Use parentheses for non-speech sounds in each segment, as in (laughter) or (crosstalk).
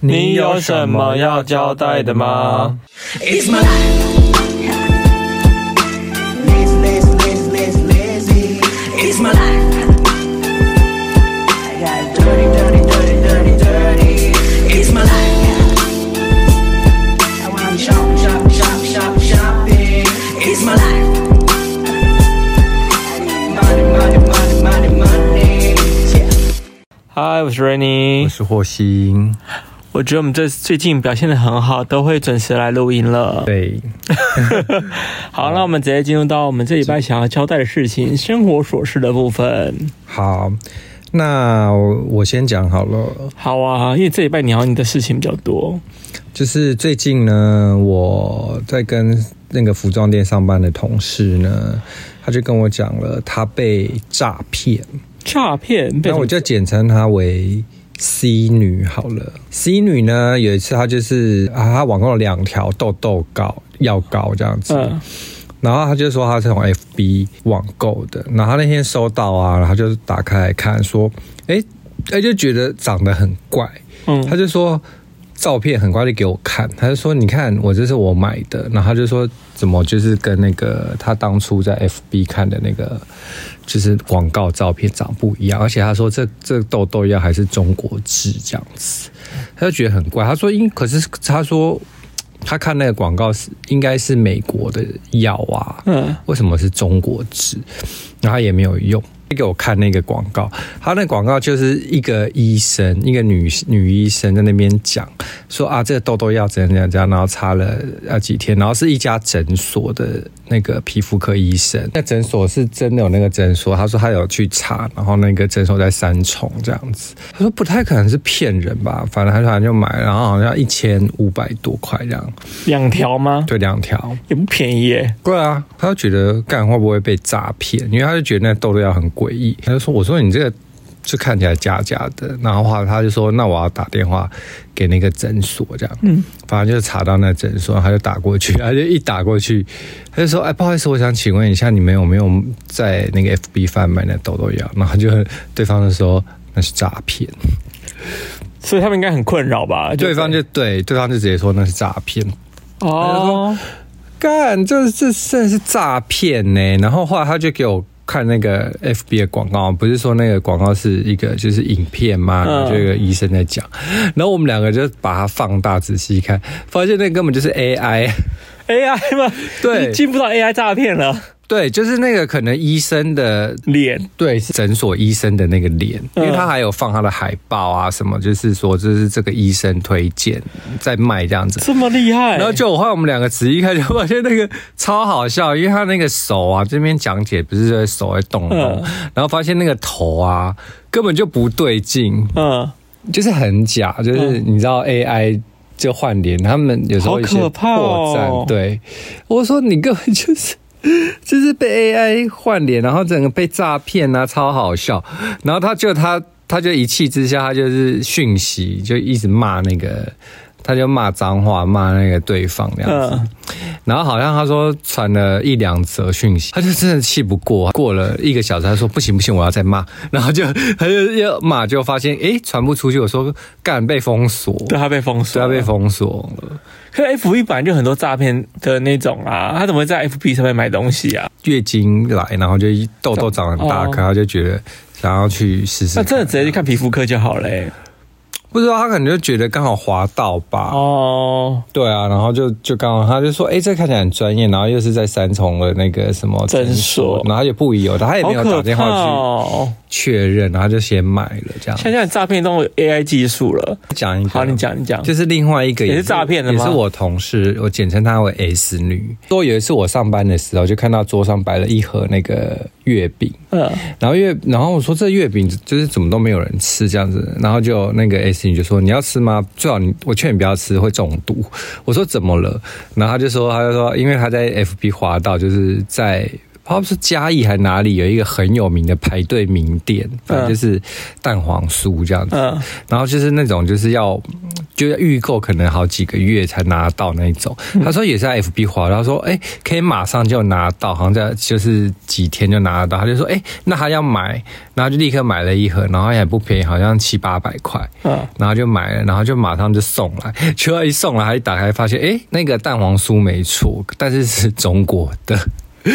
你有什么要交代的吗？ It's my life. Lazy, lazy, lazy, lazy, lazy. It's my life. I got dirty, dirty, dirty, dirty, dirty. It's my life. Now I'm shopping, shopping, shopping, shopping, shopping. It's my life. I need money, money, money, money, money. Yeah. 嗨，我是瑞我尼。是霍星，我觉得我们这最近表现的很好，都会准时来录音 (laughs) 了。对，好，那我们直接进入到我们这礼拜想要交代的事情——生活琐事的部分。好，那我我先讲好了，好啊，因为这礼拜你好像你的事情比较多。就是最近呢，我在跟那个服装店上班的同事呢，他就跟我讲了，他被诈骗，诈骗被那我就简称她为 C 女好了。C 女呢，有一次她就是啊，她网购了两条痘痘膏药膏这样子，嗯然后她就说她是从 FB 网购的，然后她那天收到啊，然后就打开来看，说，诶，她就觉得长得很怪，她嗯就说。照片很快就给我看，她就说：“你看，我这是我买的。”然后她就说：“怎么就是跟那个她当初在 FB 看的那个就是广告照片长不一样，而且他说这这痘痘药还是中国制这样子，他就觉得很怪。他说因可是他说他看那个广告是应该是美国的药啊，嗯为什么是中国制？然后他也没有用。给我看那个广告，他那广告就是一个医生，一个女女医生在那边讲说啊，这个痘痘药怎样怎样怎样，然后擦了啊几天，然后是一家诊所的那个皮肤科医生，那诊所是真的有那个诊所，他说他有去查，然后那个诊所在三重这样子，他说不太可能是骗人吧，反正他反正就买，然后好像一千五百多块这样，两条吗？对，两条。也不便宜耶。对啊，他就觉得干会不会被诈骗，因为他就觉得那豆豆药很诡异，他就说：“我说你这个就看起来假假的。”然后话他就说：“那我要打电话给那个诊所，这样。”嗯，反正就查到那诊所，他就打过去，他就一打过去，他就说：“哎，不好意思，我想请问一下，你们有没有在那个 FB 贩卖那豆豆药？”然后就对方就说。那是诈骗，所以他们应该很困扰吧？对方就对，对方就直接说那是诈骗，哦，干，这这真的是诈骗呢。然后后来他就给我看那个 FB 的广告，不是说那个广告是一个就是影片嘛，嗯就有个医生在讲，然后我们两个就把它放大仔细看，发现那根本就是 AI。 AI 吗？对你进步到 AI 诈骗了， (laughs) 对，就是那个可能医生的脸对是诊所医生的那个脸，因嗯为他还有放他的海报啊什么，就是说这是这个医生推荐在卖这样子，这么厉害，然后就我后来我们两个仔细看，就发现那个超好笑，因为他那个手啊，这边讲解不是在手在动动，嗯然后发现那个头啊根本就不对劲，嗯，就是很假，就是你知道 AI 就换脸，他们有时候一些好可怕哦破绽，对，我说你根本 (laughs) 就是。就是被 AI 换脸，然后整个被诈骗啊，超好笑。然后他就他他就一气之下，他就是讯息就一直骂那个，他就骂脏话，骂那个对方这样子。嗯然后好像他说传了一两则讯息，他就真的气不过，过了一个小时，他说不行不行，我要再骂，然后就他就要骂，就发现诶传不出去，我说干被封锁，对啊他被封对锁，要被。封锁了，可 F B 本来就很多诈骗的那种啊，他怎么会在 F B 上面买东西啊？月经来，然后就痘痘长很大哦颗，他就觉得想要去试试那看，真的直接去看皮肤科就好欸嘞、不知道他可能就觉得刚好滑到吧，哦，对啊，然后就就刚好他就说，诶，这看起来很专业，然后又是在三重的那个什么诊所然后他也不疑有他，他也哦好没有可打电怕话去。哦！确认，然后就先买了这样。现在诈骗都有 AI 技术了。讲一个，好，你，讲，你讲。就是另外一个也是诈骗的也吗是我同事，我简称她为 S 女。说有一次我上班的时候，就看到桌上摆了一盒那个月饼， (laughs) 嗯然后月，然后我说这月饼就是怎么都没有人吃这样子，然后就那个 S 女就说你要吃吗？最好你我劝你不要吃，会中毒。我说怎么了？然后她就说她就说因为她在 FB 滑到就是在。好像是嘉义还哪里有一个很有名的排队名店，反正就是蛋黄酥这样子。嗯然后就是那种就是要嗯就要预购，可能好几个月才拿到那一种。嗯他说也是在 FB 滑，他说哎、可以马上就拿到，好像在就是几天就拿得到。他就说哎、那他要买，然后就立刻买了一盒，然后也不便宜，好像七八百块，嗯然后就买了，然后就马上就送来。结果一送来，他一打开发现哎、那个蛋黄酥没错，但是是中国的。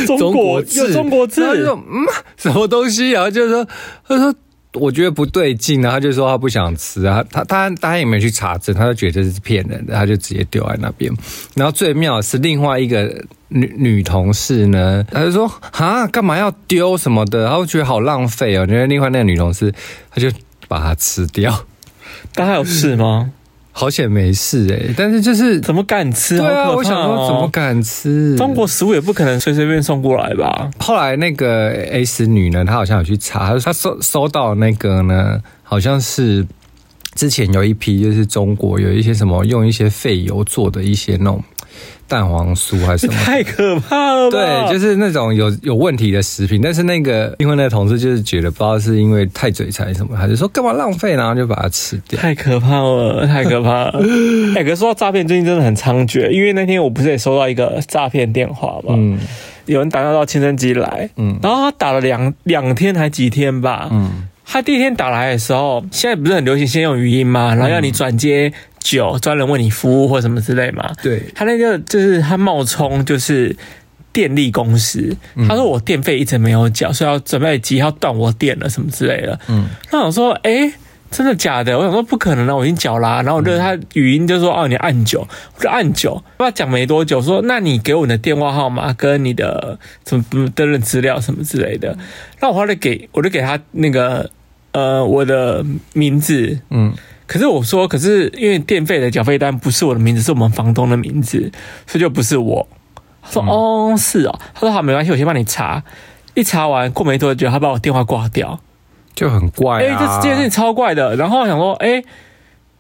中国有字，中国字然，后就说嗯，什么东西？然后就说，他说我觉得不对劲，啊然后他就说他不想吃啊，他他他他也没有去查证，他就觉得这是骗人的，他就直接丢在那边。然后最妙的是另外一个。女女同事呢，她就说啊，干嘛要丢什么的？她就觉得好浪费哦。觉得另外那个女同事，她就把它吃掉，但他有事吗？好险没事哎、但是就是，怎么敢吃？对啊，好可怕哦我想说怎么敢吃？中国食物也不可能随随便送过来吧？后来那个 S 女呢，她好像有去查，她收收到那个呢，好像是之前有一批就是中国有一些什么用一些废油做的一些那种蛋黄酥还是这什 (laughs) 么。太可怕了吧？对，就是是那种有有问题的食品，但是那个因为那个同事就是觉得不知道是因为太嘴馋什么，他就说干嘛浪费，然后就把它吃掉。太可怕了，太可怕 (laughs) 了。哎、可是说到诈骗，最近真的很猖獗，因为那天我不是也收到一个诈骗电话嘛，嗯有人打电话到青生机来，嗯然后他打了两两天还几天吧，嗯，他第一天打来的时候，现在不是很流行先用语音吗？然后要你转接酒，专人为你服务或什么之类嘛。对，他那个就是他冒充就是电力公司，他说我电费一直没有缴，所以要准备急要断我电了什么之类的。嗯那我想说，哎、真的假的？我想说不可能啊，我已经缴啦、然后我就他语音就说，哦，你按九，我就按九。他讲没多久说，那你给我你的电话号码跟你的什么登录资料什么之类的。那我后来给我就给他那个呃我的名字，嗯可是我说，可是因为电费的缴费单不是我的名字，是我们房东的名字，所以就不是我。他说：“哦，是哦。”他说：“好，没关系，我先帮你查。”一查完，过没多久，他把我电话挂掉。就很怪哎、啊。这这件事情超怪的。然后我想说，哎、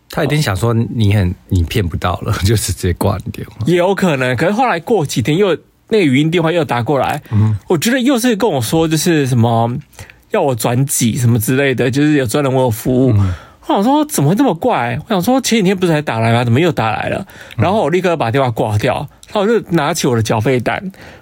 他一定想说你很你骗不到了， (laughs) 就直接挂你电话。 (laughs) 也有可能。可是后来过几天又那个语音电话又打过来，嗯我觉得又是跟我说就是什么要我转几什么之类的，就是有专人为我服务。我想说怎么会这么怪？我想说前几天不是才打来吗？怎么又打来了？然后我立刻把电话挂掉，然后我就拿起我的缴费单，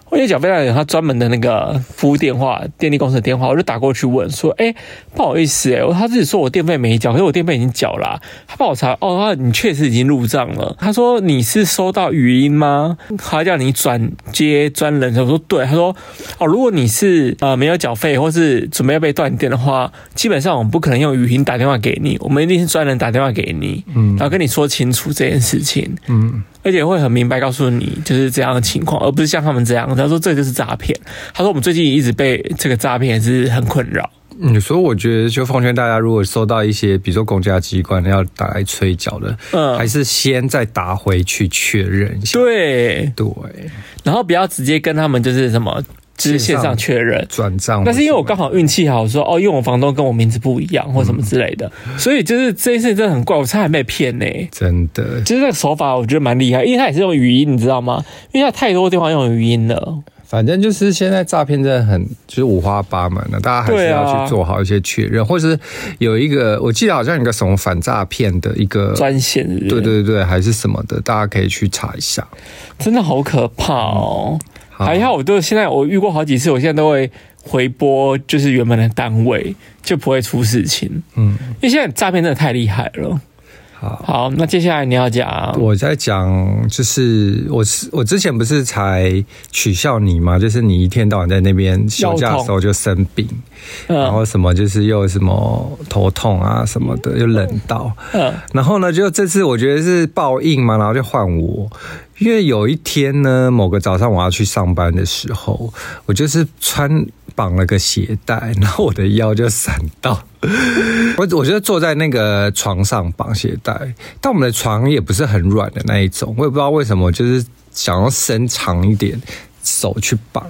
我有缴费单有他专门的那个服务电话，电力公司的电话，我就打过去问说，哎、不好意思、哎，我他自己说我电费没缴，可是我电费已经缴了啊、他帮我查，哦，他你确实已经入账了。他说你是收到语音吗？他叫你转接专人，我说对。他说哦，如果你是呃没有缴费或是准备要被断电的话，基本上我们不可能用语音打电话给你，我们一定是专人打电话给你，嗯然后跟你说清楚这件事情，嗯。而且会很明白告诉你就是这样的情况，而不是像他们这样。他说这就是诈骗。他说我们最近一直被这个诈骗是很困扰。嗯，所以我觉得就奉劝大家，如果收到一些，比如说公家机关要打来催缴的，嗯还是先再打回去确认一下。对，对，然后不要直接跟他们就是什么，就是线上确认。转账。但是因为我刚好运气好说，哦，因为我房东跟我名字不一样或什么之类的，嗯所以就是这件事情真的很怪，我差点被骗呢、真的，就是那个手法，我觉得蛮厉害，因为他也是用语音，你知道吗？因为他太多地方用语音了。反正就是现在诈骗真的很就是五花八门的，大家还是对啊要去做好一些确认，或是有一个我记得好像有一个什么反诈骗的一个。专线是不是对，对对，还是什么的，大家可以去查一下。真的好可怕哦！嗯好还好，我都现在我遇过好几次，我现在都会回拨，就是原本的单位，就不会出事情。嗯，因为现在诈骗真的太厉害了。好，好，那接下来你要讲，我在讲，就是我是我之前不是才取笑你吗？就是你一天到晚在那边休假的时候就生病，然嗯后什么就是又什么头痛啊什么的，又冷到。嗯，然后呢，就这次我觉得是报应嘛，然后就换我，因为有一天呢，某个早上我要去上班的时候，我就是穿绑了个鞋带，然后我的腰就闪到。 (laughs) 我我就坐在那个床上绑鞋带，但我们的床也不是很软的那一种，我也不知道为什么，就是想要伸长一点手去绑，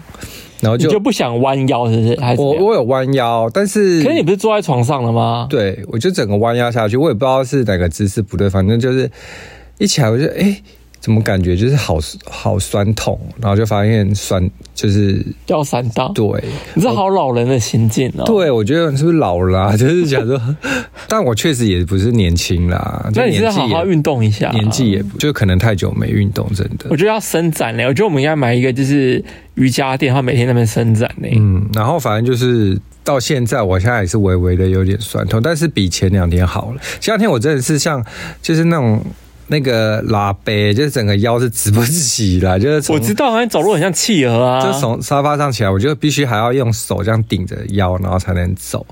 然后你就就不想弯腰，是不是？还是怎我么样我有弯腰，但是可是你不是坐在床上了吗？对，我就整个弯腰下去，我也不知道是哪个姿势不对，反正就是一起来我就哎、诶怎么感觉就是好好酸痛，然后就发现酸就是要闪到，对，你这好老人的行径哦。，对，我觉得是不是老了啊、就是 (laughs) 想说，但我确实也不是年轻啦，就那你是年纪要好好也运动一啊下、年纪也不就可能太久没运动，真的我。觉得要伸展嘞，我觉得我们应该买一个就是瑜伽垫，然后每天在那边伸展嘞。嗯，然后反正就是到现在，我现在也是微微的有点酸痛，但是比前两天好了。前两天我真的是像就是那种那个拉背，就是整个腰是直不起来，就是从我知道，好像走路很像企鹅啊，就从沙发上起来，我就必须还要用手这样顶着腰，然后才能走。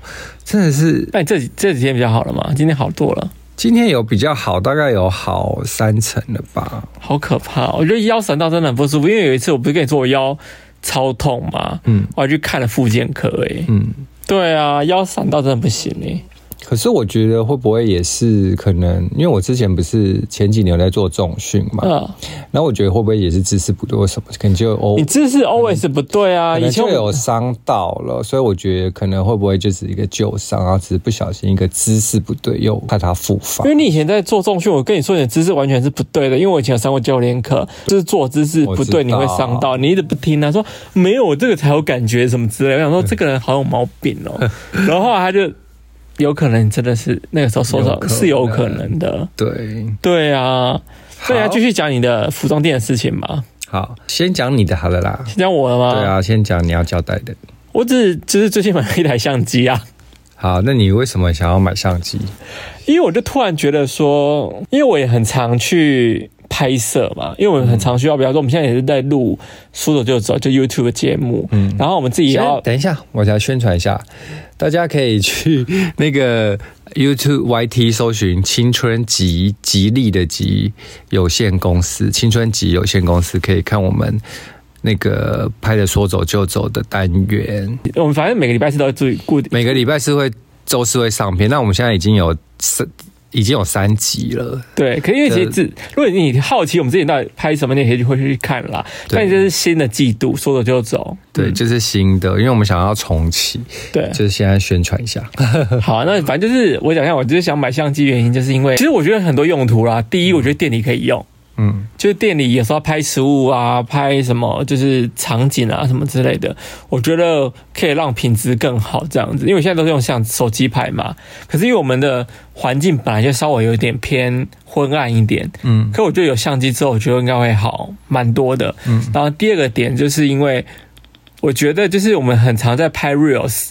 真的是那你这几这几天比较好了吗？今天好多了，今天有比较好，大概有好三成了吧。好可怕哦！我觉得腰闪到真的很不舒服，因为有一次我不是跟你说我腰超痛吗？嗯我还去看了复健科诶、嗯，对啊，腰闪到真的不行欸诶、可是我觉得会不会也是可能，因为我之前不是前几年有在做重训嘛，嗯，然后我觉得会不会也是姿势不对或什么，可能就哦你。姿势 always 不对啊，可以能前嗯就我有伤到了，所以我觉得可能会不会就是一个旧伤，然后只是不小心一个姿势不对，又害它复发因。为你以前在做重训，我跟你说你的姿势完全是不对的，因为我以前有上过教练课，就是坐姿势不对我知你道会伤到，你一直不听他、说没有我这个才有感觉什么之类的，我想嗯说这个人好有毛病哦、然后后来他就有可能真的是那个时候受有伤可能是有可能的，对，对啊，对啊，好继续讲你的服装店的事情吧，好，先讲你的好了啦。先讲我了吗？对，啊，先讲你要交代的。我只就是最近买了一台相机啊。好，那你为什么想要买相机？因为我就突然觉得说，因为我也很常去拍摄嘛，因为我们很常需要，比方说我们现在也是在录《说走就走》就 YouTube 的节目，嗯，然后我们自己也先要等一下，我想宣传一下，大家可以去那个 YouTube YT 搜寻“青春吉吉利”的吉有限公司，青春吉有限公司可以看我们。那个拍的说走就走的单元，我们反正每个礼拜四都会注意固定。每个礼拜是会周四会上片。那我们现在已经有三已经有三集了，对，可是因为其实只，如果你好奇我们之前到底拍什么，你也可以回去看啦。对但这是新的季度，说走就走。对，嗯就是新的，因为我们想要重启，对，就是现在宣传一下。好、啊，那反正就是我讲一下，我就是想买相机原因，就是因为其实我觉得很多用途啦。第一，我觉得店里可以用，嗯，就是店里有时候拍食物啊，拍什么就是场景啊什么之类的，我觉得可以让品质更好这样子。因为我现在都是用像手机拍嘛，可是因为我们的环境本来就稍微有点偏昏暗一点，嗯，可我觉得有相机之后，我觉得应该会好蛮多的。嗯，然后第二个点就是因为我觉得就是我们很常在拍 reels。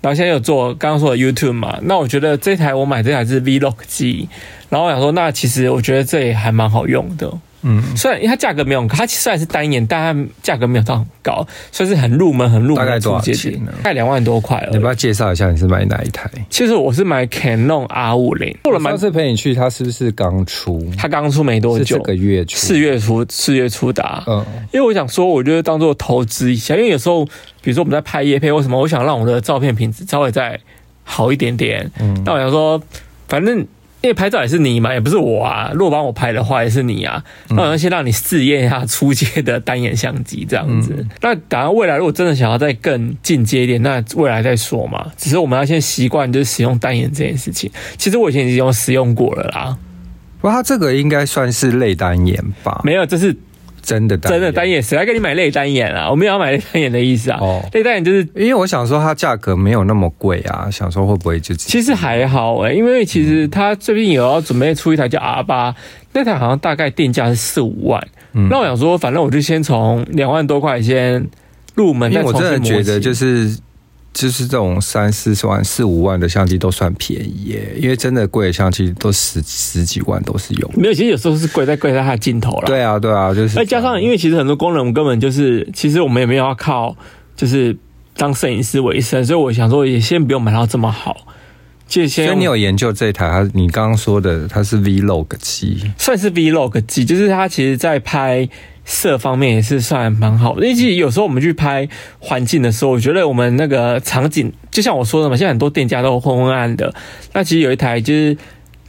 然后现在有做刚刚说的 YouTube 嘛，那我觉得这台我买这台是 Vlog 机，然后我想说，那其实我觉得这也还蛮好用的，嗯，虽然因为它价格没有很高，它虽然是单眼，但它价格没有到很高，算是很入门、很入门大的概多初少阶机钱呢大概两万多块你要不了。要介绍一下你是买哪一台？其实我是买 Canon R 五零，做了我蛮上，次陪你去，他是不是刚出？它刚出没多是这久，个月出？四月初四月初的啊、嗯因为我想说，我就当做投资一下，因为有时候，比如说我们在拍夜配或什么，我想让我的照片品质稍微再好一点点。嗯那我想说，反正因为拍照也是你嘛，也不是我啊。如果帮我拍的话，也是你啊。那我要先让你试验一下初阶的单眼相机这样子。那当然，未来如果真的想要再更进阶一点，那未来再说嘛。只是我们要先习惯就是使用单眼这件事情。其实我以前已经有使用过了啦，哇，它这个应该算是类单眼吧？没有，这是真的单真的单眼，谁来给你买类单眼啊？我没有要买类单眼的意思啊。哦类单眼就是因为我想说它价格没有那么贵啊，想说会不会就直接其实还好诶、因为其实他最近有要准备出一台叫 R 八，那台好像大概定价是四五万。嗯那我想说，反正我就先从两万多块先入门，因为再我重真的新觉磨得起。就是就是这种三四十万、四五万的相机都算便宜耶，因为真的贵的相机都十十几万都是有。没有，其实有时候是贵在贵在它的镜头啦。，对啊，对啊，就是这再样。加上因为为其实很多功能我们根本就是，其实我们也没有要靠就是当摄影师为生，所以我想说也先不用买到这么好，就所先以你有研究这台，它你刚刚说的它是 Vlog 机，算是 vlog 机，就是它其实在拍摄方面也是算蛮好的。因为其实有时候我们去拍环境的时候，我觉得我们那个场景，就像我说的嘛，现在很多店家都昏昏暗暗的。那其实有一台就是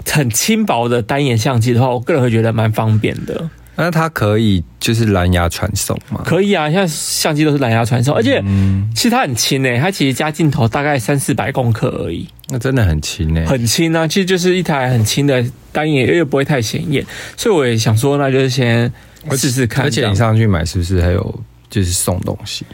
很轻薄的单眼相机的话，我个人会觉得蛮方便的。那它可以就是蓝牙传送吗？可以啊，现在相机都是蓝牙传送，而嗯且其实它很轻诶、它其实加镜头大概三四百公克而已，那真的很轻诶、很轻啊。其实就是一台很轻的单眼，又不会太显眼，所以我也想说，那就是先试试看而这且样。你上去买是不是还有就是送东西？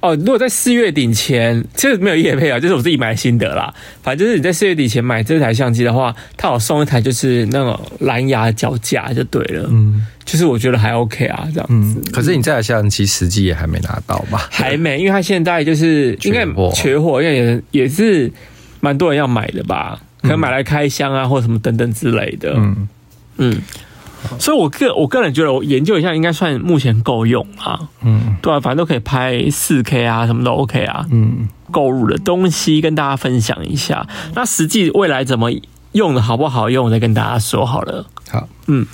哦，如果在四月底前，这个没有业配啊，就是我自己买的心得啦。反正就是你在四月底前买这台相机的话，它有送一台就是那种蓝牙脚架就对了，嗯就是我觉得还 OK 啊，这样。嗯，可是你这台相机实际也还没拿到吧？还没，因为它现在就是应该缺货缺货，因为也也是蛮多人要买的吧，可能买来开箱啊，或者什么等等之类的。嗯嗯，所以我个我个人觉得，我研究一下应该算目前够用啊。嗯对啊，反正都可以拍四 K 啊，什么都 OK 啊。嗯，购入的东西跟大家分享一下，那实际未来怎么用的好不好用，我再跟大家说好了。好，嗯，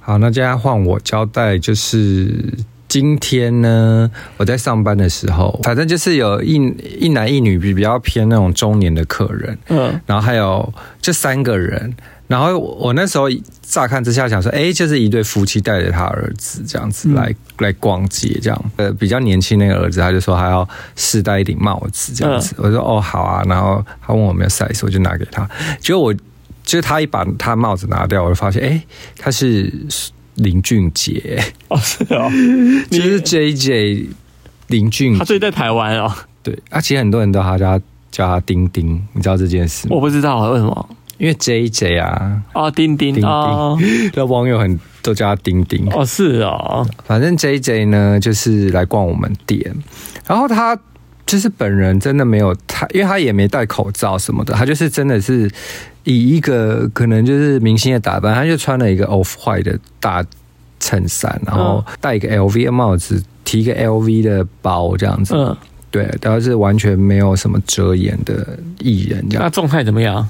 好，那现在换我交代，就是今天呢，我在上班的时候，反正就是有一一男一女比比较偏那种中年的客人，嗯然后还有这三个人。然后我我那时候乍看之下想说，哎，就是一对夫妻带着他儿子这样子嗯来、来逛街，这样。呃，比较年轻那个儿子，他就说他要试戴一顶帽子这样子。嗯我说哦好啊，然后他问我有没有 size，我就拿给他。结果我就是他一把他帽子拿掉，我就发现哎，他是林俊杰， (laughs) 哦是哦，就是 J J 林俊他杰。最近在台湾哦，对，啊，其实很多人都他叫他叫他丁丁，你知道这件事吗？我不知道啊为什么因为 J J 啊，哦，钉钉钉哦那网友很都叫他丁丁。哦是哦，反正 J J 呢，就是来逛我们店，然后他就是本人真的没有他，因为他也没戴口罩什么的，他就是真的是以一个可能就是明星的打扮，他就穿了一个 off white 的大衬衫，然后戴一个 LV 的帽子，提一个 LV 的包这样子，嗯，对，然后是完全没有什么遮掩的艺人这样那。状态怎么样？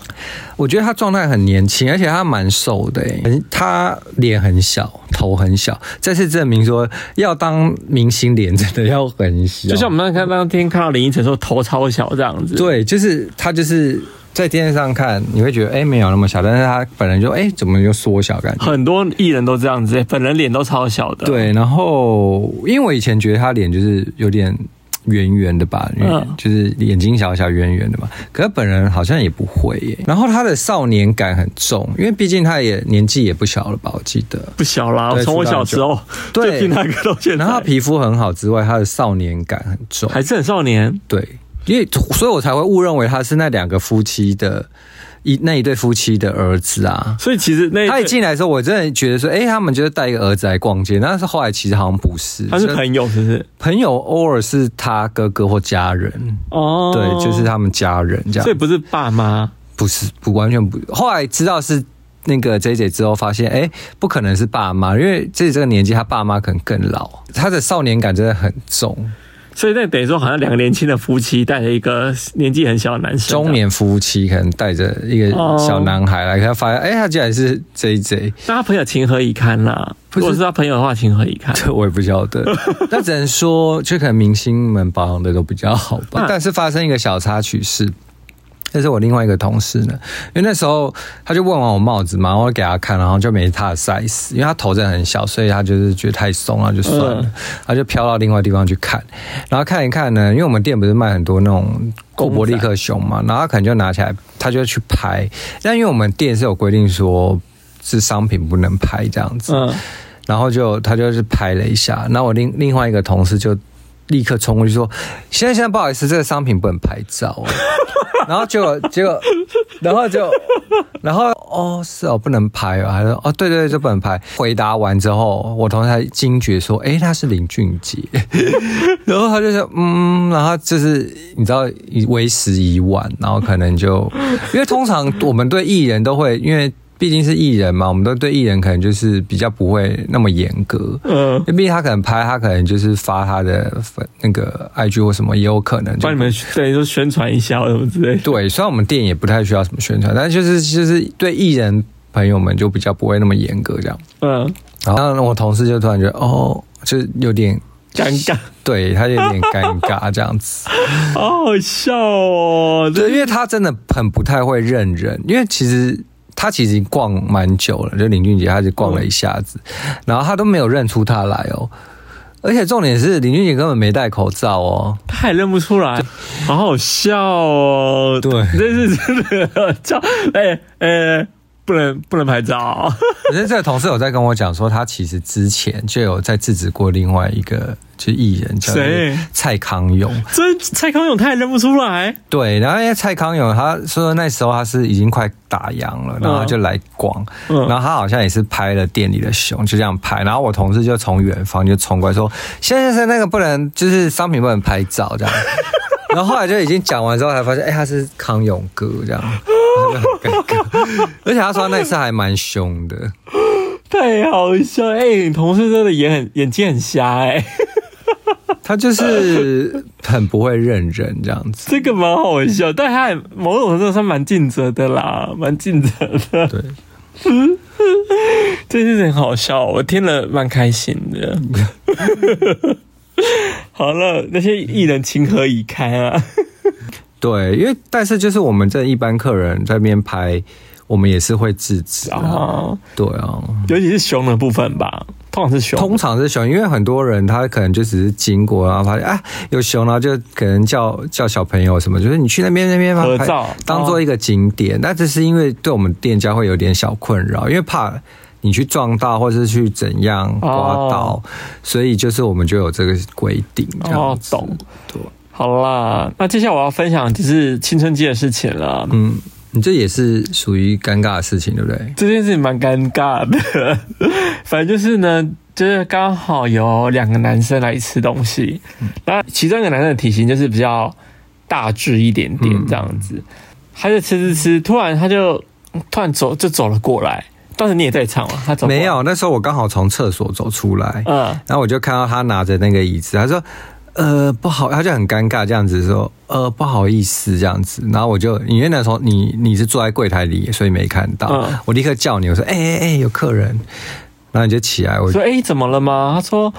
我觉得他状态很年轻，而且他蛮瘦的、欸，很他脸很小，头很小，再次证明说要当明星脸真的要很小，就像我们刚刚天看到林依晨说头超小这样子，，对，就是他就是在电视上看，你会觉得哎、欸没有那么小，但是他本人就哎、欸怎么就缩小感觉。很多艺人都这样子，本人脸都超小的，，对，然后因为我以前觉得他脸就是有点圆圆的吧，嗯就是眼睛小小圆圆的嘛。可是本人好像也不会耶。然后他的少年感很重，因为毕竟他也年纪也不小了吧，我记得。不小啦，对从我小时候就对听那个到现在，然后他皮肤很好之外，他的少年感很重，还是很少年，对，因为所以我才会误认为他是那两个夫妻的一那一对夫妻的儿子啊。所以其实那他一进来的时候，我真的觉得说，哎、他们就是带一个儿子来逛街，但是后来其实好像不是，他是就朋友，是不是？朋友偶尔是他哥哥或家人，哦，对，就是，他们家人这所以样。不是爸妈，不是不完全不，后来知道是那个 J J 之后，发现哎、诶不可能是爸妈，因为 J J 这个年纪，他爸妈可能更老，他的少年感真的很重，所以那等于说好像两个年轻的夫妻带着一个年纪很小的男生，中，年夫妻可能带着一个哦小男孩来，他发现哎、诶他竟然是 J J，那他朋友情何以堪啦？不如是果是他朋友的话，情何以堪？这我也不晓 (laughs) 得，那只能说，就可能明星们保养的都比较好吧嗯。但是发生一个小插曲是，那是我另外一个同事呢，因为那时候他就问完我帽子嘛，然后我给他看，然后就没他的 size，因为他头真的很小，所以他就是觉得太松了，就算了，嗯他就飘到另外地方去看，然后看一看呢，因为我们店不是卖很多那种公狗仔伯利克熊嘛，然后他可能就拿起来，他就去拍，但因为我们店是有规定说。是商品不能拍这样子，嗯，然后就他就是拍了一下，那我另另外一个同事就立刻冲过去说：“现在现在不好意思，这个商品不能拍照哦、然后结果结果，然后就然后哦是哦不能拍哦，还说哦对对对就不能拍。回答完之后，我同事才惊觉说：“诶，他是林俊杰。” (laughs) 然后他就说：“嗯。”然后就是你知道为时已晚，然后可能就因为通常我们对艺人都会因为。毕竟是艺人嘛，我们都对艺人可能就是比较不会那么严格，嗯因为毕竟他可能拍，他可能就是发他的粉那个 IG 或什么，也有可能就帮你们等于说宣传一下或什么之类的，对，虽然我们店也不太需要什么宣传，但就是就是对艺人朋友们就比较不会那么严格这样。嗯，然后我同事就突然觉得，哦，就是有点，尴尬，对他有点尴尬这 (laughs) 样子。好好笑哦，对，因为他真的很不太会认人，因为其实他其实逛蛮久了，就林俊杰，他就逛了一下子，然后他都没有认出他来哦。而且重点是，林俊杰根本没戴口罩哦。他还认不出来，好好笑哦。对这是真的叫哎哎，不能不能拍 (laughs) 照，可是这个同事有在跟我讲说，他其实之前就有在制止过另外一个就是艺人叫谁蔡康永，这蔡康永他也认不出来，对，然后因为蔡康永，他说那时候他是已经快打烊了，然后他就来逛，嗯然后他好像也是拍了店里的熊，就这样拍，然后我同事就从远方就冲过来说：“先生，先生那个不能，就是商品不能拍照这样。” (laughs) 然后后来就已经讲完之后才发现，哎、他是康永哥这样， (laughs) 然后就很尴尬。 (laughs) 而且他说他那次还蛮凶的，太好笑了哎！你同事真的眼很眼睛很瞎哎， (laughs) 他就是很不会认人这样子。这个蛮好笑，但他也某种程度上蛮尽责的啦，蛮尽责的，对， (laughs) 这件事情很好笑，我听了蛮开心的。 (laughs) 好了，那些艺人情何以堪啊？对，因为但是就是我们这一般客人在那边拍，我们也是会制止然啊。后。对啊，哦尤其是熊的部分吧，通常是熊。通常是熊，因为很多人他可能就只是经过，然后发现啊有熊，然后就可能叫叫小朋友什么，就是你去那边那边啊合拍照当做一个景点。那、这是因为对我们店家会有点小困扰，因为怕。你去撞到，或是去怎样哦刮到，所以就是我们就有这个规定。这样哦，子懂。对，好啦，那接下来我要分享就是青春期的事情了。嗯，你这也是属于尴尬的事情，对不对？这件事情蛮尴尬的， (laughs) 反正就是呢，就是刚好有两个男生来吃东西，嗯那其中一个男生的体型就是比较大致一点点嗯这样子，他就吃吃吃，突然他就突然走就走了过来，当时你也在场嘛，他走过来没，有，那时候我刚好从厕所走出来，嗯，然后我就看到他拿着那个椅子，他说：“呃，不好。”他就很尴尬这样子说：“呃，不好意思这样子。”然后我就，因为那时候你你是坐在柜台里，所以没看到，嗯我立刻叫你，我说：“哎哎哎，有客人。”然后你就起来，我说：“哎、怎么了吗？”他说：“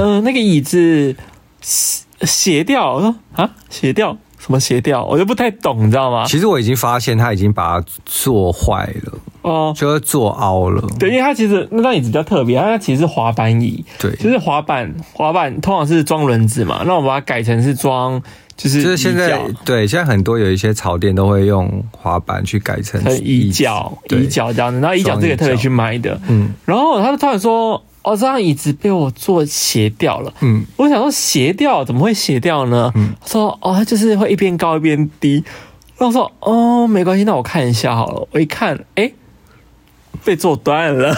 呃，那个椅子斜斜掉。”我说：“啊，斜掉什么斜掉？我就不太懂，你知道吗？其实我已经发现他已经把它坐坏了，哦、就是坐凹了。对，因为它其实那张椅子比较特别，它其实是滑板椅，对就是滑板滑板通常是装轮子嘛，那我把它改成是装就是就是现在椅脚，对，现在很多有一些潮店都会用滑板去改成成椅脚对椅脚这样子，然后椅脚这个特别去买的，嗯然后他就突然说：“哦，这张椅子被我坐斜掉了。”嗯，我想说斜掉怎么会斜掉呢？他说哦，它就是会一边高一边低。然后我说哦，没关系，那我看一下好了。我一看，哎，被坐断了，啊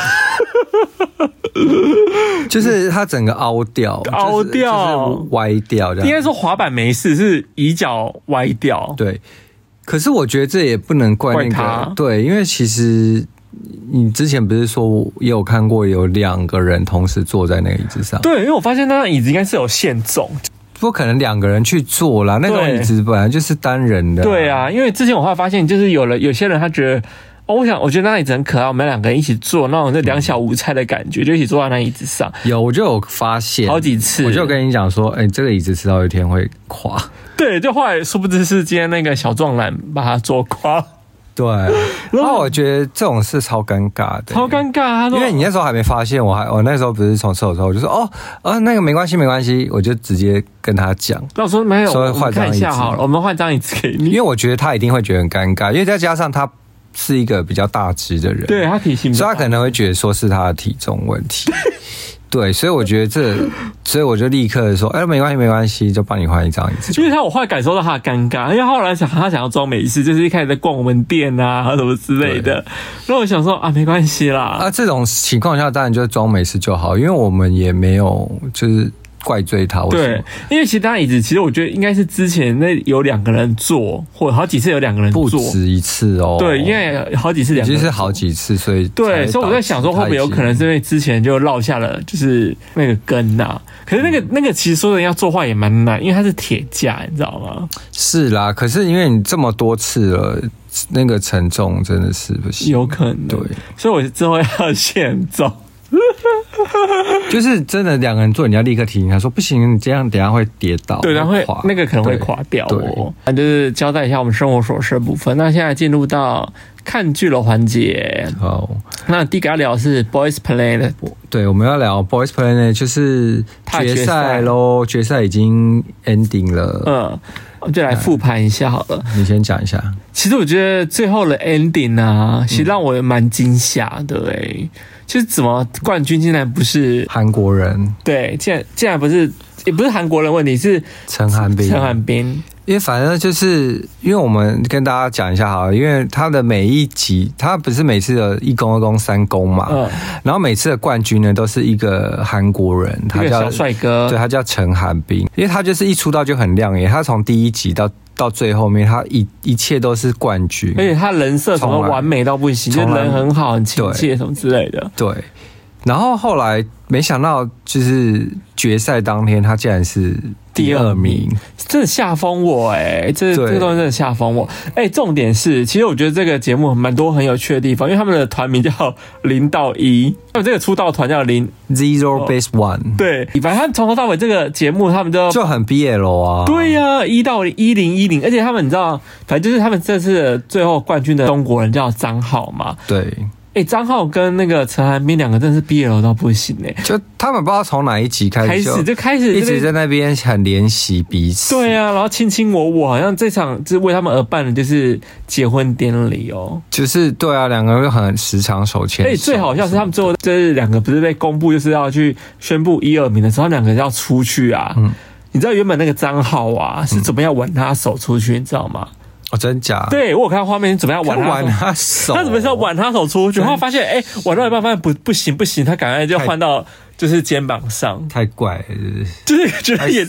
就是它整个凹掉，凹掉就是就是歪掉这样。应该说滑板没事，是椅脚歪掉。对，可是我觉得这也不能怪那怪他个对，因为其实你之前不是说我也有看过有两个人同时坐在那个椅子上，对，因为我发现那张椅子应该是有限重。不可能两个人去坐啦，那种对椅子本来就是单人的、对，啊，因为之前我还发现，就是有了有些人他觉得。哦，我想，我觉得那张椅子很可爱，我们两个人一起坐，那种就两小无猜的感觉，就一起坐在那椅子上，有我就有发现好几次。我就跟你讲说，哎、这个椅子迟早有一天会垮。对，就后来殊不知是今天那个小壮男把他坐 (laughs) 垮。对，然后我觉得这种事超尴尬的，超尴尬，啊他说因为你那时候还没发现，我还我那时候不是从厕所出来，我就说哦，啊那个没关系没关系，我就直接跟他讲，那我说没有，稍微我们换张看一下椅子好了，我们换张椅子给因你。为我觉得他一定会觉得很尴尬，因为再加上他是一个比较大只的人，对，他体型比较所大，以他可能会觉得说是他的体重问题。 (laughs) 对，所以我觉得这，所以我就立刻说，哎、没关系，没关系，就帮你换一张椅子。因为他我后来感受到他的尴尬，因为后来想他想要装没事，就是一开始在逛我们店啊什么之类的。然后我想说啊，没关系啦，啊，这种情况下当然就是装没事就好，因为我们也没有就是怪罪他。为什对么，因为其他椅子其实我觉得应该是之前那有两个人坐，或者好几次有两个人不坐，止一次哦。对，因为好几次已两个经人是好几次，所以才对，所以我在想说，会不会有可能是因为之前就落下了，就是那个根呐、可是那嗯个那个其实说人要做坏也蛮难，因为它是铁架，你知道吗？是啦？可是因为你这么多次了，那个沉重真的是不行。有可能。对，所以我之后要限重。就是真的两个人做，你要立刻提醒他说不行，你这样等一下会跌倒，对，然后会垮那个可能会对垮掉对哦。那就是交代一下我们生活琐事的部分。那现在进入到看剧的环节，好，那第一个要聊的是 Boys Play 的，对，我们要聊 Boys Play 呢，就是踏决决赛赛喽，决赛已经 ending 了，嗯，我们就来复盘一下好了。你先讲一下。其实我觉得最后的 ending 啊，其实让我蛮惊吓的诶、就是怎么冠军竟然不是韩国人对，竟然竟然不是也不是韩国人问题，是陈汉斌，陈汉斌，因为反正就是因为我们跟大家讲一下好了，因为他的每一集，他不是每次的一公、二公、三公嘛，嗯，然后每次的冠军呢都是一个韩国人，一他个叫小帅哥，对，他叫陈寒冰，因为他就是一出道就很亮眼，他从第一集到到最后面，他一一切都是冠军，而且他人设什么从来完美到不行，就是从来人很好、很亲切什么之类的。对。然后后来没想到，就是决赛当天，他竟然是第二名，真的吓疯我哎、这对这个东西真的吓疯我哎、重点是，其实我觉得这个节目蛮多很有趣的地方，因为他们的团名叫零到一，他们这个出道团叫零， Zero Base One，、对，反正他们从头到尾这个节目他们都就很 BL 啊，对呀、一到一零一零，而且他们你知道，反正就是他们这次的最后冠军的中国人叫张浩嘛，对，哎、张浩跟那个陈寒冰两个真的是 BL 到不行哎、 (laughs) 就他们不知道从哪一集开开始就始就开始一这个直在那边很怜惜彼此，对啊，然后卿卿我我，好像这场就是为他们而办的，就是结婚典礼哦。就是对啊，两个人就很时常手牵而手。且哎最好笑是他们最后就是两个不是被公布就是要去宣布一二名的时候，两个要出去啊。嗯你知道原本那个张浩啊是怎么样挽他手出去，你知道吗？哦，真假？， (laughs) 对我有看到画面，怎么样他挽他挽手？他手，他怎么是要挽他手出去？然后发现哎，挽到一半发现不不行不行，他赶快就太换 (laughs) 到就是肩膀上。 (laughs) 太怪了，是不是就是觉得也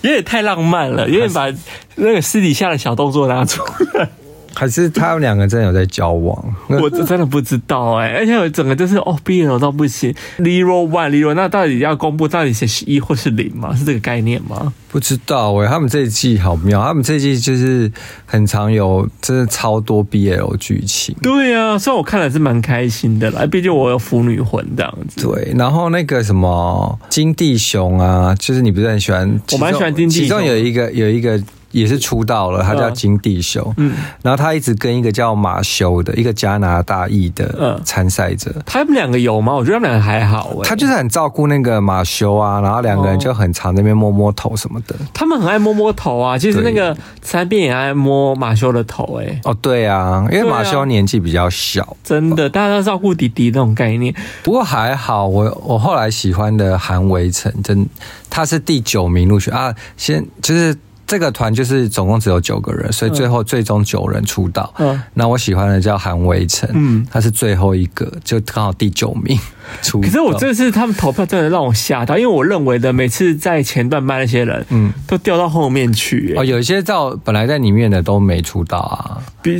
有点太浪漫了，有点把那个私底下的小动作拿出来。 (laughs) 还是他们两个真的有在交往？我真的不知道哎、而且我整个就是哦，BL 到不行，Zero One Zero，那到底要公布到底谁是一或是零吗？是这个概念吗？不知道哎、他们这一季好妙，他们这一季就是很常有，真的超多 BL 剧情。对啊，虽然我看了是蛮开心的啦，毕竟我有腐女魂这样子。对，然后那个什么金弟熊啊，就是你不是很喜欢？其中蛮喜欢金弟熊其中有一个有一个也是出道了，他叫嗯金弟熊。嗯，然后他一直跟一个叫马修的一个加拿大裔的嗯参赛者，他们两个有吗？我觉得他们两个还好哎、他就是很照顾那个马修啊，然后两个人哦就很常在那边摸摸头什么的。他们很爱摸摸头啊，其实对那个三变也爱摸马修的头哎、哦，对啊，因为对啊马修年纪比较小，真的，大家都照顾弟弟那种概念，不过还好，我我后来喜欢的韩维辰，真他是第九名入选啊。先就是这个团就是总共只有九个人，所以最后最终九人出道。嗯那我喜欢的叫韩维辰，嗯他是最后一个，就刚好第九名 (laughs) 出道。可是我这次他们投票真的让我吓到，因为我认为的每次在前段班那些人，嗯，都掉到后面去、哦，哎，有一些照本来在里面的都没出道啊比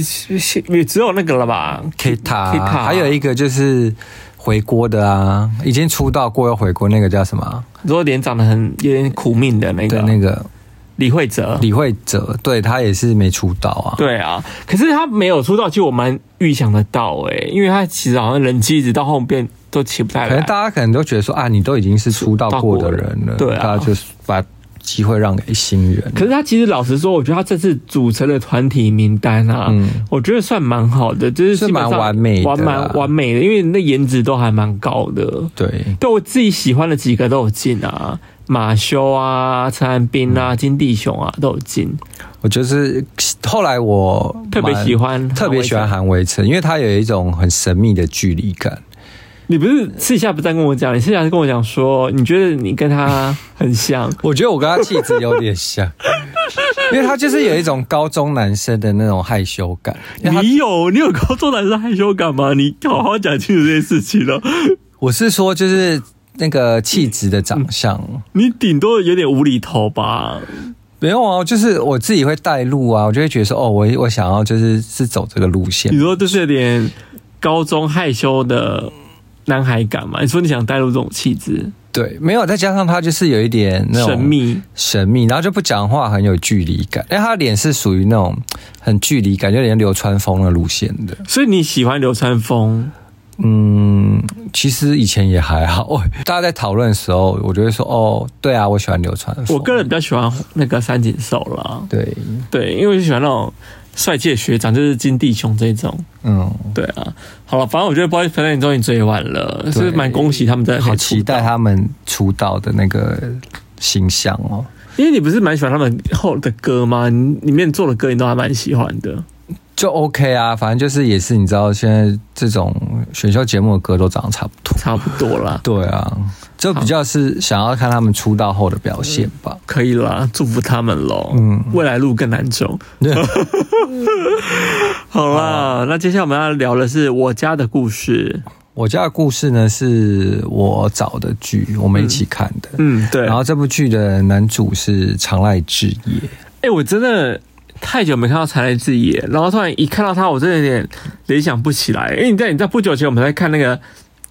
也只有那个了吧，Kita， Kita 还有一个就是回锅的啊，已经出道过又回锅，那个叫什么啊？如果脸长得很有点苦命的那对个，那个李慧哲，李慧哲，对他也是没出道啊。对啊，可是他没有出道，其实我蛮预想得到诶、因为他其实好像人气一直到后面都起不太可能来。大家可能都觉得说啊，你都已经是出道过的人出了，道过了对啊大家就是把机会让给新人。可是他其实老实说，我觉得他这次组成的团体名单啊，嗯我觉得算蛮好的，就是基本上是蛮完美的啦完蛮完美啊的，因为那颜值都还蛮高的。对，对我自己喜欢的几个都有进啊，马修啊、陈汉斌啊、金弟雄啊都有进，我就是后来我特别蛮喜欢特别喜欢韩维韩维辰，因为他有一种很神秘的距离 (laughs) 感。辰。你不是私下不再跟我讲，你私下是跟我讲说，你觉得你跟 (laughs) 他很像，我觉得我跟他气质有点像， (laughs) 因为他就是有一种高中男生的那种害羞感。因为他你有你有高中男生害羞感吗？你好好讲清楚这件事情哦了，我是说，就是那个气质的长相。你顶多有点无厘头吧？没有啊，就是我自己会带路啊，我就会觉得说，哦，我我想要就是是走这个路线你，说就是有点高中害羞的男孩感嘛？你说你想带入这种气质，对，没有，再加上他就是有一点那种神秘，神秘，然后就不讲话，很有距离感。因为他的脸是属于那种很距离感，就有点流川枫的路线的。所以你喜欢流川枫？嗯，其实以前也还好。 (laughs) 哦大家在讨论的时候，我就会说，哦，对啊，我喜欢流川枫。我个人比较喜欢那个三井寿啦，对，对，因为我喜欢那种帅气的学长，就是金地雄这种。嗯，对啊，好了，反正我觉得《Boys Planet》终于追完了，是蛮恭喜他们在好期待，他们出道的那个形象哦。因为你不是蛮喜欢他们后的歌吗？你里面做的歌你都还蛮喜欢的。就 OK 啊，反正就是也是你知道，现在这种选秀节目的歌都长得差不多。差不多啦，对啊，就比较是想要看他们出道后的表现吧。可以啦，祝福他们喽。嗯，未来路更难走。好啊啦，那接下来我们要聊的是我家的故事。我家的故事呢，是我找的剧，我们一起看的。嗯，对。然后这部剧的男主是长濑智也，哎、我真的太久没看到才来之野，然后突然一看到他，我真的有点联想不起来。因为你在你在不久前我们在看那个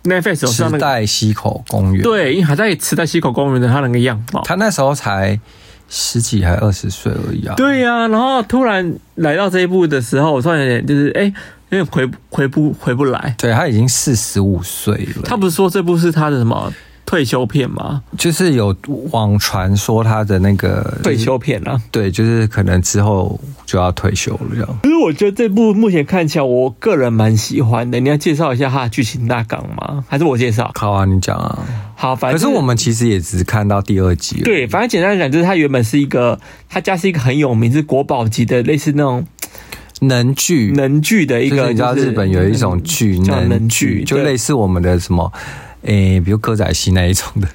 Netflix 有哦上池那个袋西口公园。，对，因为还在池袋西口公园的他那个样貌。他那时候才十几还二十岁而已啊。对呀、然后突然来到这一步的时候，我突然有点就是哎、有点回回不回不来。对，他已经四十五岁了。他不是说这部是他的什么退休片吗？就是有网传说他的那个退，休片啊。对，就是可能之后就要退休了这样。可是我觉得这部目前看起来，我个人蛮喜欢的。你要介绍一下它的剧情大纲吗？还是我介绍？好啊，你讲啊。好，反可正是我们其实也只看到第二集而已。对，反正简单来讲，就是他原本是一个，他家是一个很有名，是国宝级的，类似那种能剧，能剧的一就是个。你知道就是日本有一种剧叫能能剧，剧就对类似我们的什么，诶、比如歌仔戏那一种的，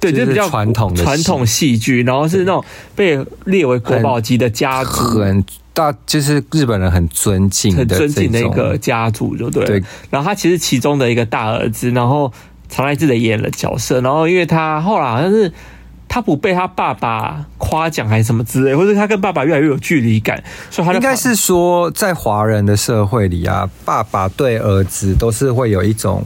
对，就就是比较传统的传戏统戏剧，然后是那种被列为国宝级的家族，很大，就是日本人很尊敬的很尊敬的一这个种。家族，就对了。对然后他其实其中的一个大儿子，然后常濑智的演了角色，然后因为他后来好像是他不被他爸爸夸奖还是什么之类，或者他跟爸爸越来越有距离感，所以他就应该跑是说，在华人的社会里啊，爸爸对儿子都是会有一种，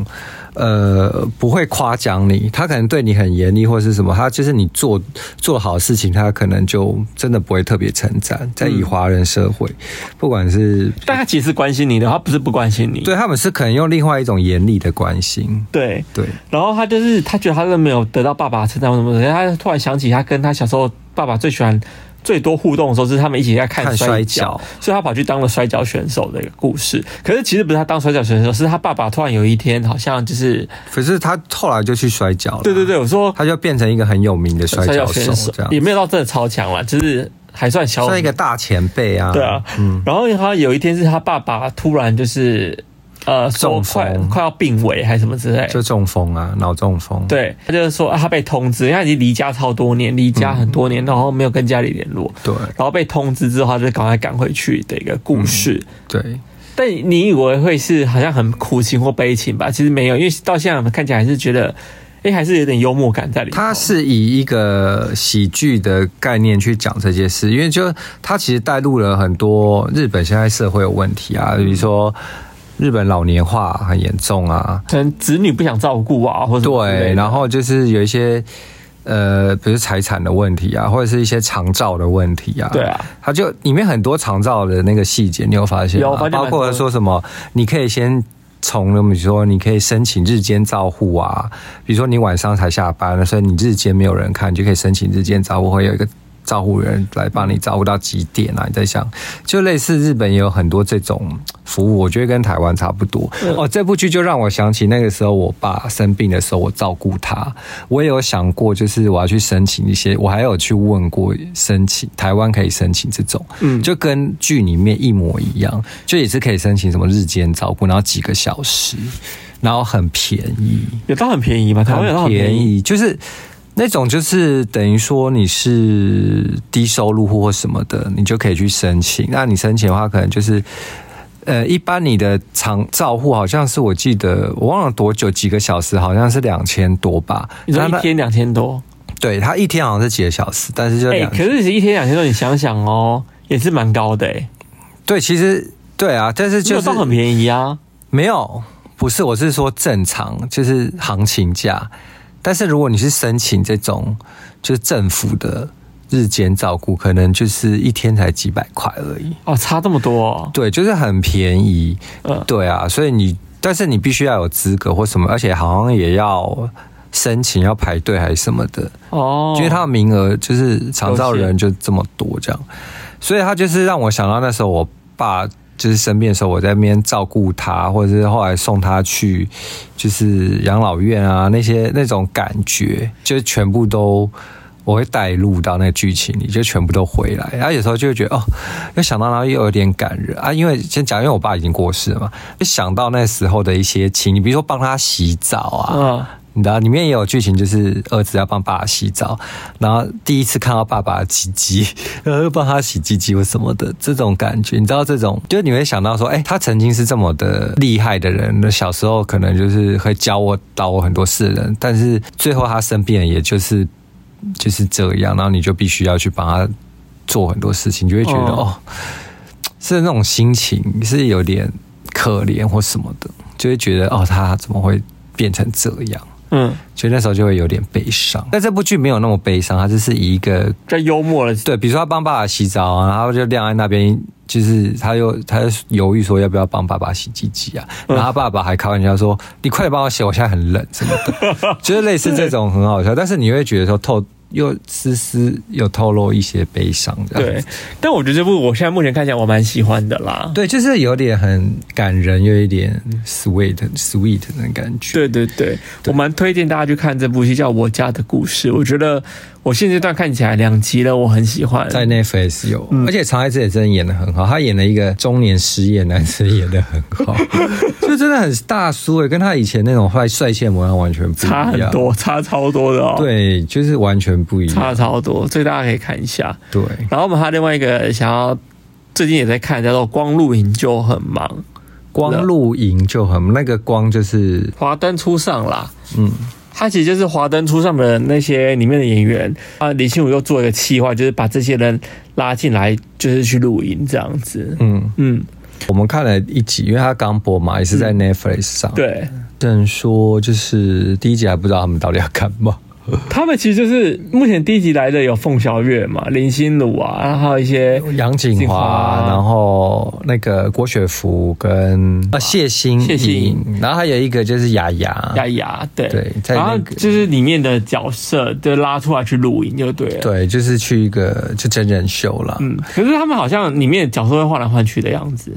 呃，不会夸奖你，他可能对你很严厉或是什么，他就是你做做好事情，他可能就真的不会特别称赞。在以华人社会，嗯不管是但他其实关心你的，他不是不关心你。对他们是可能用另外一种严厉的关心，对，对，然后他就是他觉得他都没有得到爸爸的称赞或什么的，他突然想起他跟他小时候爸爸最喜欢最多互动的时候，就是他们一起在看看摔摔跤跤，所以他跑去当了摔跤选手的一个故事。可是其实不是他当摔跤选手，是他爸爸突然有一天好像就是可是他后来就去摔跤了，对对，对，我说他就变成一个很有名的摔跤选手，这样也没有到真的超强啦，就是还算小算一个大前辈啊，对啊，然后他有一天是他爸爸突然就是呃说中风快快要病危还是什么之类，就中风啊，脑中风，对，他就是说、啊、他被通知，因为他已经离家超多年，离家很多年，然后没有跟家里联络，嗯对然后被通知之后，他就赶快赶回去的一个故事。对。但你以为会是好像很苦情或悲情吧？其实没有，因为到现在我们看起来还是觉得，哎，还是有点幽默感在里头。他是以一个喜剧的概念去讲这些事，因为就他其实带入了很多日本现在社会有问题啊，嗯比如说日本老年化很严重啊，可能子女不想照顾啊，或者什嗯么之类对，的然后就是有一些呃，比如财产的问题啊，或者是一些长照的问题啊。对啊，它就里面很多长照的那个细节，你有发现吗？有发现蛮包多括说什么，你可以先。从那么说，你可以申请日间照护啊，比如说你晚上才下班，所以你日间没有人看，你就可以申请日间照护，会有一个照护人来帮你照顾到几点啊？你在想，就类似日本也有很多这种服务，我觉得跟台湾差不多。哦，这部剧就让我想起那个时候我爸生病的时候，我照顾他，我也有想过，就是我要去申请一些，我还有去问过申请台湾可以申请这种，嗯，就跟剧里面一模一样，就也是可以申请什么日间照顾，然后几个小时，然后很便宜，有到很便宜嘛，台湾有到很很便便宜。宜，就是那种就是等于说你是低收入户或什么的，你就可以去申请。那你申请的话，可能就是。呃，一般你的长照护好像是我记得我忘了多久几个小时，好像是两千多吧。你说那一它天两千多，对他一天好像是几个小时，但是就哎、两、可是一天两千多，你想想哦，也是蛮高的、欸，对，其实对啊，但是就就是到很便宜啊。没有，不是，我是说正常，就是行情价。但是如果你是申请这种就是政府的日间照顾，可能就是一天才几百块而已。哦，差这么多、哦，对，就是很便宜。嗯对啊，所以你但是你必须要有资格或什么，而且好像也要申请要排队还是什么的，哦，因为它的名额就是长照人就这么多这样，所以他就是让我想到那时候我爸就是生病的时候，我在那边照顾他，或者是后来送他去就是养老院啊那些那种感觉，就全部都。我会带入到那个剧情里，就全部都回来。然后有时候就会觉得，哦，又想到，然后又有点感人啊。因为先讲，因为我爸已经过世了嘛，就想到那时候的一些情，你比如说帮他洗澡啊，嗯你知道，里面也有剧情，就是儿子要帮爸爸洗澡，然后第一次看到爸爸的鸡鸡，然后又帮他洗鸡鸡或什么的这种感觉，你知道这种，就是你会想到说，哎、他曾经是这么的厉害的人，那小时候可能就是会教我导我很多事的人，但是最后他生病了，也就是就是这样，然后你就必须要去帮他做很多事情，你就会觉得哦哦是那种心情是有点可怜或什么的，就会觉得哦，他怎么会变成这样？嗯，所以那时候就会有点悲伤。但这部剧没有那么悲伤，它就是以一个较幽默了，对，比如说他帮爸爸洗澡啊，然后就晾在那边，就是他又他就犹豫说要不要帮爸爸洗鸡鸡啊，然后他爸爸还开玩笑说：“你快点帮我洗，我现在很冷什么的。”就是类似这种很好笑，但是你会觉得说透又丝丝有透露一些悲伤这样 (laughs) 对子。。但我觉得这部我现在目前看起来我蛮喜欢的啦。对，就是有点很感人，又有一点 sweet sweet 的感觉。对对对，我蛮推荐大家去看这部戏，叫《我家的故事》。我觉得我现阶段看起来两集了，我很喜欢。在 Netflix 有，嗯而且常爱之也真的演的很好，他演了一个中年失业男生，演的很 (laughs) 好，就真的很大叔诶、欸跟他以前那种帅帅气的模样完全不一样，差很，多，差超多的哦。，啊对，就是完全不一样，差超多，所以大家可以看一下。对，然后我们还有另外一个想要最近也在看，叫做《光露营就很忙》，光露营就很那个光就是华灯初上啦。嗯，它其实就是《华灯初上》的那些里面的演员啊，李信武又做一个企划，就是把这些人拉进来，就是去露营这样子。嗯，嗯，我们看了一集，因为他刚播嘛，也是在 Netflix 上，，对，正说就是第一集还不知道他们到底要干嘛，他们其实就是目前第一集来的有凤小岳嘛、林心如啊，然后还有一些杨景景华华，然后那个郭雪芙跟啊谢欣谢欣颖，然后还有一个就是雅雅，丫丫，对啊对在然后那个就是里面的角色就拉出来去露营就对了。对，就是去一个就真人秀啦。嗯，可是他们好像里面的角色会换来换去的样子。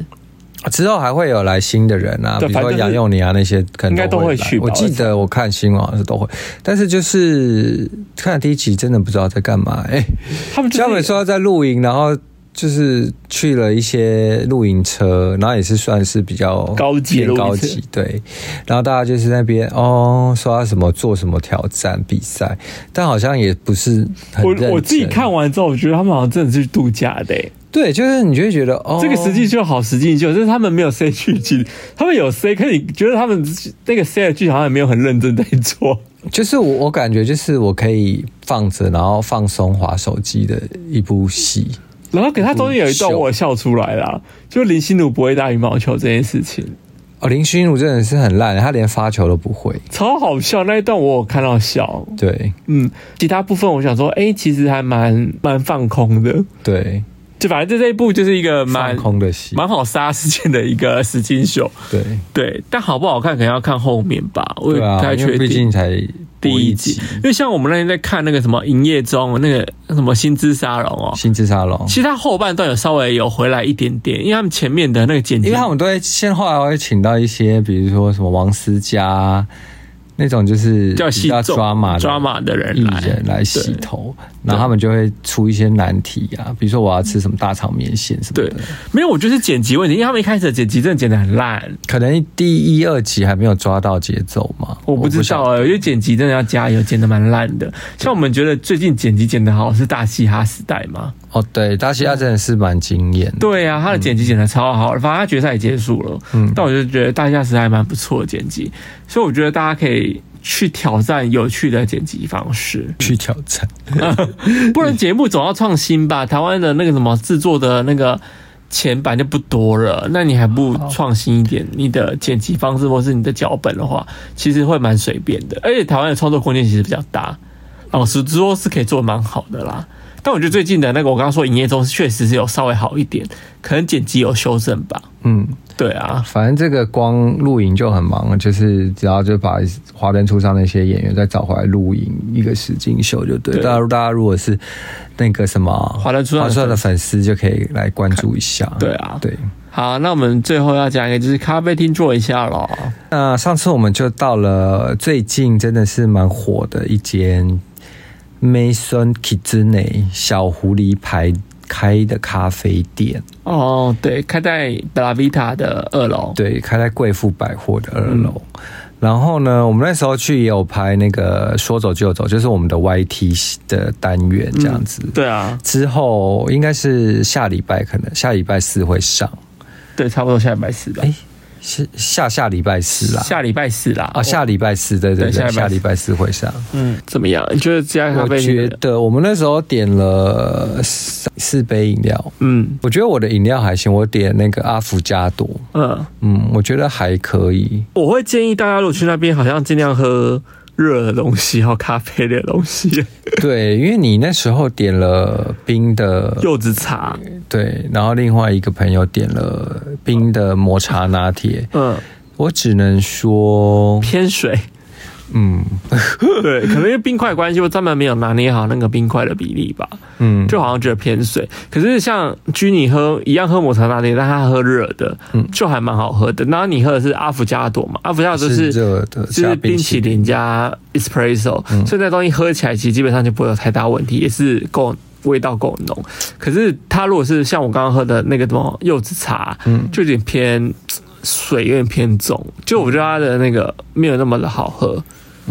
之后还会有来新的人啊，对比如说反正就是杨佑宁啊那些，可应该能都会会来去吧我记得我看新闻好像是都会，但是就是看第一集真的不知道在干嘛。 (laughs) 哎、他们嘉就伟是说他在露营，然后就是去了一些露营车，然后也是算是比较高级的偏露营车高级对。然后大家就是那边哦，说他什么做什么挑战比赛，但好像也不是很认真我我自己看完之后，我觉得他们好像真的是去度假的、欸对，就是你就会觉得哦，这个实际就好实际就，但是他们没有 C 剧情，他们有 C，可是你觉得他们那个 C 的剧好像也没有很认真在做。就是我我感觉就是我可以放着，然后放松滑手机的一部戏。然后，给他中间有一段嗯秀我笑出来啦，就林心如不会打羽毛球这件事情，哦，林心如真的是很烂，她连发球都不会。超好笑那一段，我有看到笑。对嗯，其他部分我想说，哎、其实还蛮蛮放空的，对，就反正这这一部就是一个放蛮空的戏。蛮好杀时间的一个实境秀。对对，但好不好看可能要看后面吧，我也对不啊，太因为确毕定。竟才第播一集集，因为像我们那天在看那个什么《营业中》那个什么《薪资沙龙》哦，《新自沙龙》，其实它后半段有稍微有回来一点点，因为他们前面的那个剪辑，因为他们都会先后来会请到一些，比如说什么王思佳那种，就是叫比戏较重抓马抓马的人艺来人来洗对头，然后他们就会出一些难题啊，比如说我要吃什么大肠面线什么对的。，没有，我就是剪辑问题，因为他们一开始的剪辑真的剪得很烂，可能第一二集还没有抓到节奏嘛，我不知晓道哎、我觉得剪辑真的要加油，剪得蛮烂的。像我们觉得最近剪辑剪得好是大嘻哈时代嘛？哦，对，大西亚真的是蛮惊艳的。对啊，他的剪辑剪得超好，反正他决赛也结束了，嗯但我就觉得大嘻哈时代还蛮不错的剪辑，所以我觉得大家可以。去挑战有趣的剪辑方式，去挑战，不然节目总要创新吧。台湾的那个什么制作的那个钱版就不多了，那你还不创新一点？你的剪辑方式或是你的脚本的话，其实会蛮哦随便的。而且台湾的创作空间其实比较大，老实说是可以做得蛮好的啦。但我觉得最近的那个我刚刚说营业中确实是有稍微好一点，可能剪辑有修正吧。嗯，对啊，反正这个光录影就很忙了，就是只要就把《华灯初上》那些演员再找回来录影一个实境秀就对。对大家大家如果是那个什么《华灯初上的的粉丝，就可以来关注一下。对啊对。好，那我们最后要讲一个就是咖啡厅坐一下咯。那上次我们就到了最近真的是蛮火的一间 Mason Kizune 小狐狸牌开的咖啡店，哦，对，开在德拉维塔的二楼。对，开在贵妇百货的二楼。然后呢，我们那时候去也有拍那个说走就走，就是我们的 YT 的单元这样子。对啊，之后应该是下礼拜，可能下礼拜四会上，对，差不多下礼拜四吧。哎是下下礼拜四啦。下礼拜四啦。啊，下礼拜四，对对对对，下下礼礼拜拜四会上。嗯怎么样？你觉得这家咖我啡觉厅？得我们那时候点了三四杯饮料，嗯我觉得我的饮料还行，我点那个阿芙加朵，嗯，嗯，我觉得还可以。我会建议大家，如果去那边，好像尽量喝热的东西，还有咖啡类的东西，对，因为你那时候点了冰的，柚子茶。对，然后另外一个朋友点了冰的抹茶拿铁，嗯，我只能说，偏水。嗯对，可能因为冰块的关系，我专门没有拿捏好那个冰块的比例吧，嗯，就好像觉得偏水。可是像居你喝一样喝抹茶拿铁，但他喝热的，就还蛮好喝的。然后你喝的是阿芙加朵嘛，阿芙加朵就是是热的，就是加冰淇淋。淋嗯加 espresso，、所以那东西喝起来其实基本上就不会有太大问题，也是够味道够浓。可是它如果是像我刚刚喝的那个什么柚子茶，就有点偏水，有点偏重，就我觉得它的那个没有那么的好喝。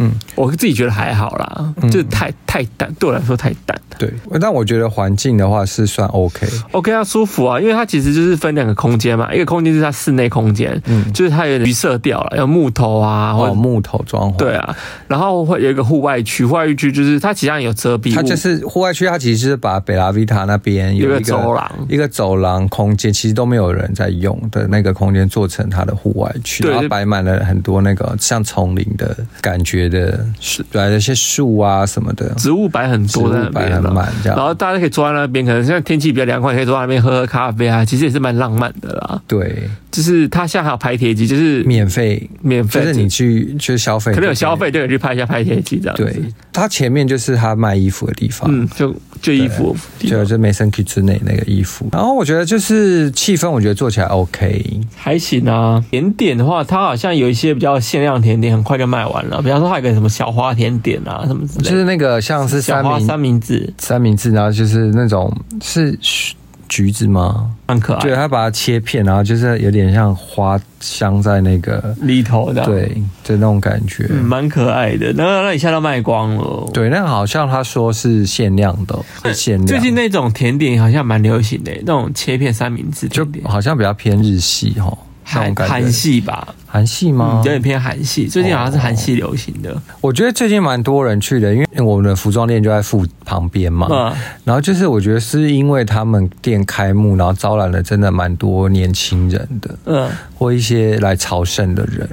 嗯，我自己觉得还好啦，就是太太淡，对我来说太淡。对，但我觉得环境的话是算 OK， OK 啊，舒服啊，因为它其实就是分两个空间嘛，一个空间是它室内空间，就是它有点橘色调了，有木头啊，或者哦，木头装潢，对啊，然后会有一个户外区，户外区就是它其实上有遮蔽物，它就是户外区，它其实就是把北拉维塔那边有有一一个个走廊一个走廊空间，其实都没有人在用的那个空间，做成它的户外区，对然后就摆满了很多那个像丛林的感觉的，是来那些树啊什么的，植物摆很多在那摆边很了。满这然样。后大家可以坐在那边，可能现在天气比较凉快，可以坐在那边喝喝咖啡啊，其实也是蛮浪漫的啦。对，就是它现在还有拍贴机，就是免费，免就费，是你去去消费，可能有消。费就可以去拍一下拍贴机这样子。对，，它前面就是它卖衣服的地方。嗯，就就衣服地就方就梅森 K 之内那个衣服，然后我觉得就是气氛，我觉得做起来 OK，还行啊。甜点的话，它好像有一些比较限量甜点，很快就卖完了。比方说，它有个什么小花甜点啊，什么之类就的，是那个像是小三花明三明治，三明治，然后就是那种是橘橘子吗？很可爱。对，他把它切片，然后就是有点像花香在那个，里头的，，对，就那种感觉。啊嗯，蛮可爱的。那那一下都卖光了。啊对，那个好像他说是限量的，是限量。哎最近那种甜点好像蛮流行的，欸那种切片三明治就甜点，好像比较偏日系哈，那韩种感韩觉。系吧，韩系嗯吗有？点偏韩系。最近好像是韩系流行的，我觉得最近蛮多人去的，因为我们的服装店就在附旁边嘛。嗯，然后就是我觉得是因为他们店开幕，然后招揽了真的蛮多年轻人的。嗯，或一些来朝圣的人，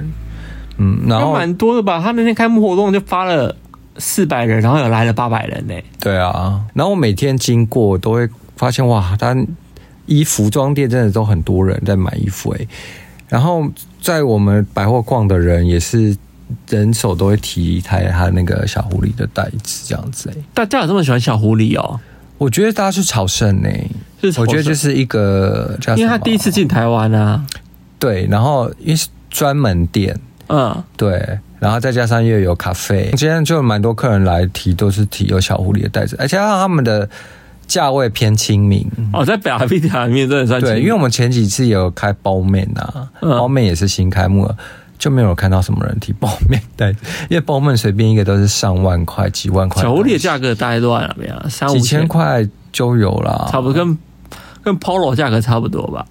嗯，然还后蛮多的吧。他那天开幕活动就发了四百人，然后有来了八百人呢。对啊，然后我每天经过我都会发现哇，他衣服装店真的都很多人在买衣服诶、然后在我们百货逛的人也是人手都会提一台他那个小狐狸的袋子这样子诶、欸大家有这么喜欢小狐狸哦？我觉得大家去朝圣呢、是朝圣我觉得就是一个叫什么因为他第一次进台湾啊，对，然后因为是专门店，嗯，对，然后再加上又有咖啡，今天就蛮多客人来提，都是提有小狐狸的袋子，而且他们的价位偏亲民。哦，在北阿比塔里面真的算对，亲因为我们前几次有开包面啊，嗯包面也是新开幕了。就没有看到什么人提包面袋子，因为包面随便一个都是上万块、几万块的小东西，狐狸的价格大概多少怎么样？啊三五几千，块就有啦，差不多跟跟 Polo 价格差不多吧。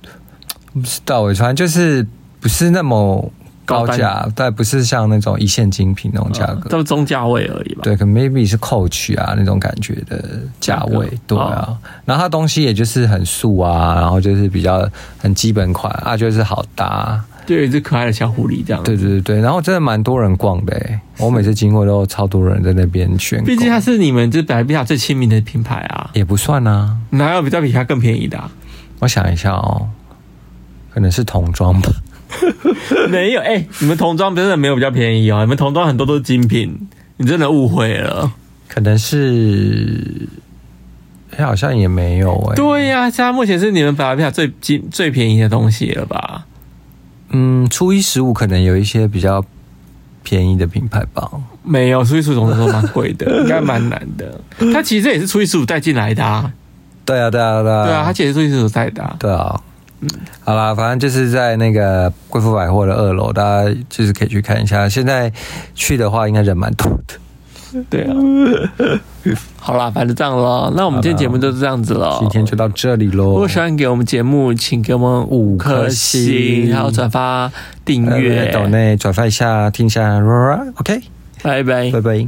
不知道诶，反正就是不是那么高价，但不是像那种一线精品那种价格，都是中价位而已吧。对，可能 maybe 是 Coach 啊那种感觉的价位价格，哦对啊。然后它东西也就是很素啊，然后就是比较很基本款啊，就是好搭，就有一只可爱的小狐狸这样。对对对对，然后真的蛮多人逛的诶，我每次经过都超多人在那边选购，毕竟它是你们这百比亚最亲民的品牌啊，也不算啊。哪有比较比它更便宜的、啊？我想一下哦，可能是童装吧。 (laughs) 没有，哎、你们童装真的没有比较便宜哦，你们童装很多都是精品，你真的误会了。可能是，哎好像也没有哎、对呀、现在目前是你们百比亚最精最便宜的东西了吧？嗯，初一十五可能有一些比较便宜的品牌吧。没有，初一十五总是说蛮贵 (laughs) 的，应该蛮难的。它其实也是初一十五带进来的啊，对啊，对啊，对啊，对啊，它其实是初一十五带的、啊。对啊。好啦，反正就是在那个贵妇百货的二楼，大家就是可以去看一下。现在去的话，应该人蛮多的。对 (laughs) 啊，好啦，反正这样咯。那我们今天节目就是这样子了。今天就到这里喽。如果喜欢给我们节目，请给我们五颗五颗星，星还有转发、订呃阅。抖内转发一下，听一下，OK，拜拜拜。拜。